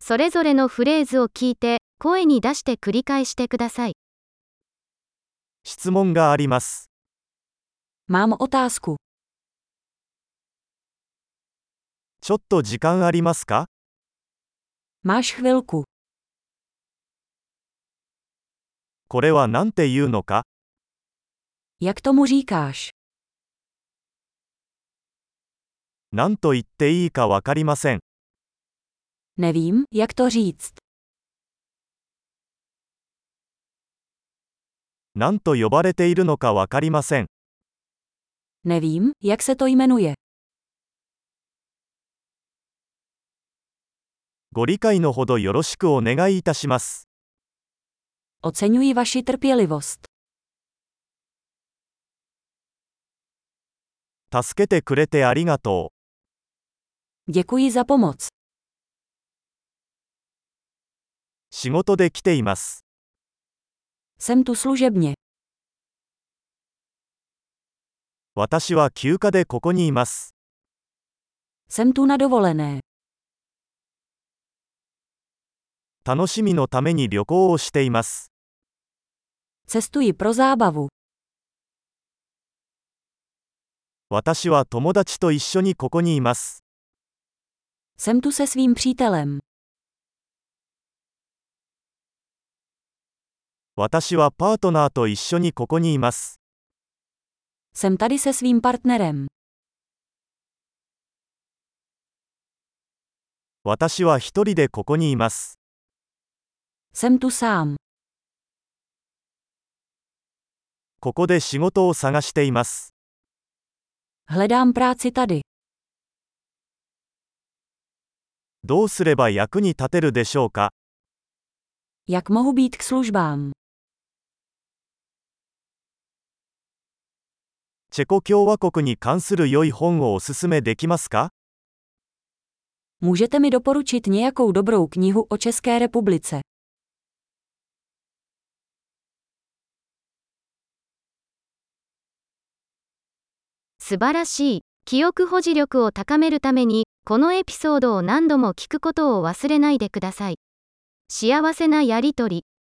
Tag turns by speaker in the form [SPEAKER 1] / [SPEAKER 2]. [SPEAKER 1] それぞれのフレーズを聞いて、声に出して繰り返してください。
[SPEAKER 2] 質問があります。
[SPEAKER 3] Mám otázku.
[SPEAKER 2] ちょっと時間ありますか
[SPEAKER 3] Máš chvilku.
[SPEAKER 2] これは何て言うのか
[SPEAKER 3] Jak tomu říkáš?
[SPEAKER 2] 何と言っていいかわかりません。
[SPEAKER 3] Nevím, jak to říct.
[SPEAKER 2] 何と呼ばれているのかわかりません。
[SPEAKER 3] Nevím, jak se to jmenuje.
[SPEAKER 2] ご理解のほどよろしくお願いいたします。
[SPEAKER 3] Oceňuji vaši trpělivost.
[SPEAKER 2] 助けてくれてありがとう。
[SPEAKER 3] Děkuji za pomoc.
[SPEAKER 2] 仕事で来ています。
[SPEAKER 3] Jsem tu služebně.
[SPEAKER 2] 私は休暇でここにいます。
[SPEAKER 3] Jsem tu na dovolené.
[SPEAKER 2] 楽しみのために旅行をしています。
[SPEAKER 3] Cestuji pro zábavu.
[SPEAKER 2] 私は友達と一緒にここにいます。
[SPEAKER 3] Jsem tu se svým přítelem.
[SPEAKER 2] 私はパートナーと一緒にここにいます。
[SPEAKER 3] Jsem tady se svým partnerem.
[SPEAKER 2] 私は一人でここにいます。
[SPEAKER 3] Jsem tu sám.
[SPEAKER 2] ここで仕事を探しています。
[SPEAKER 3] Hledám práci tady.
[SPEAKER 2] どうすれば役に立てるでしょうか
[SPEAKER 3] Jak mohu být k službám?
[SPEAKER 2] チェコ共和国に関する良い本をおすすめできますか
[SPEAKER 3] Můžete mi doporučit nějakou dobrou knihu o České republice?
[SPEAKER 1] Yes. 素晴らしい。記憶保持力を高めるために、このエピソードを何度も聞くことを忘れないでください。幸せなやりとり。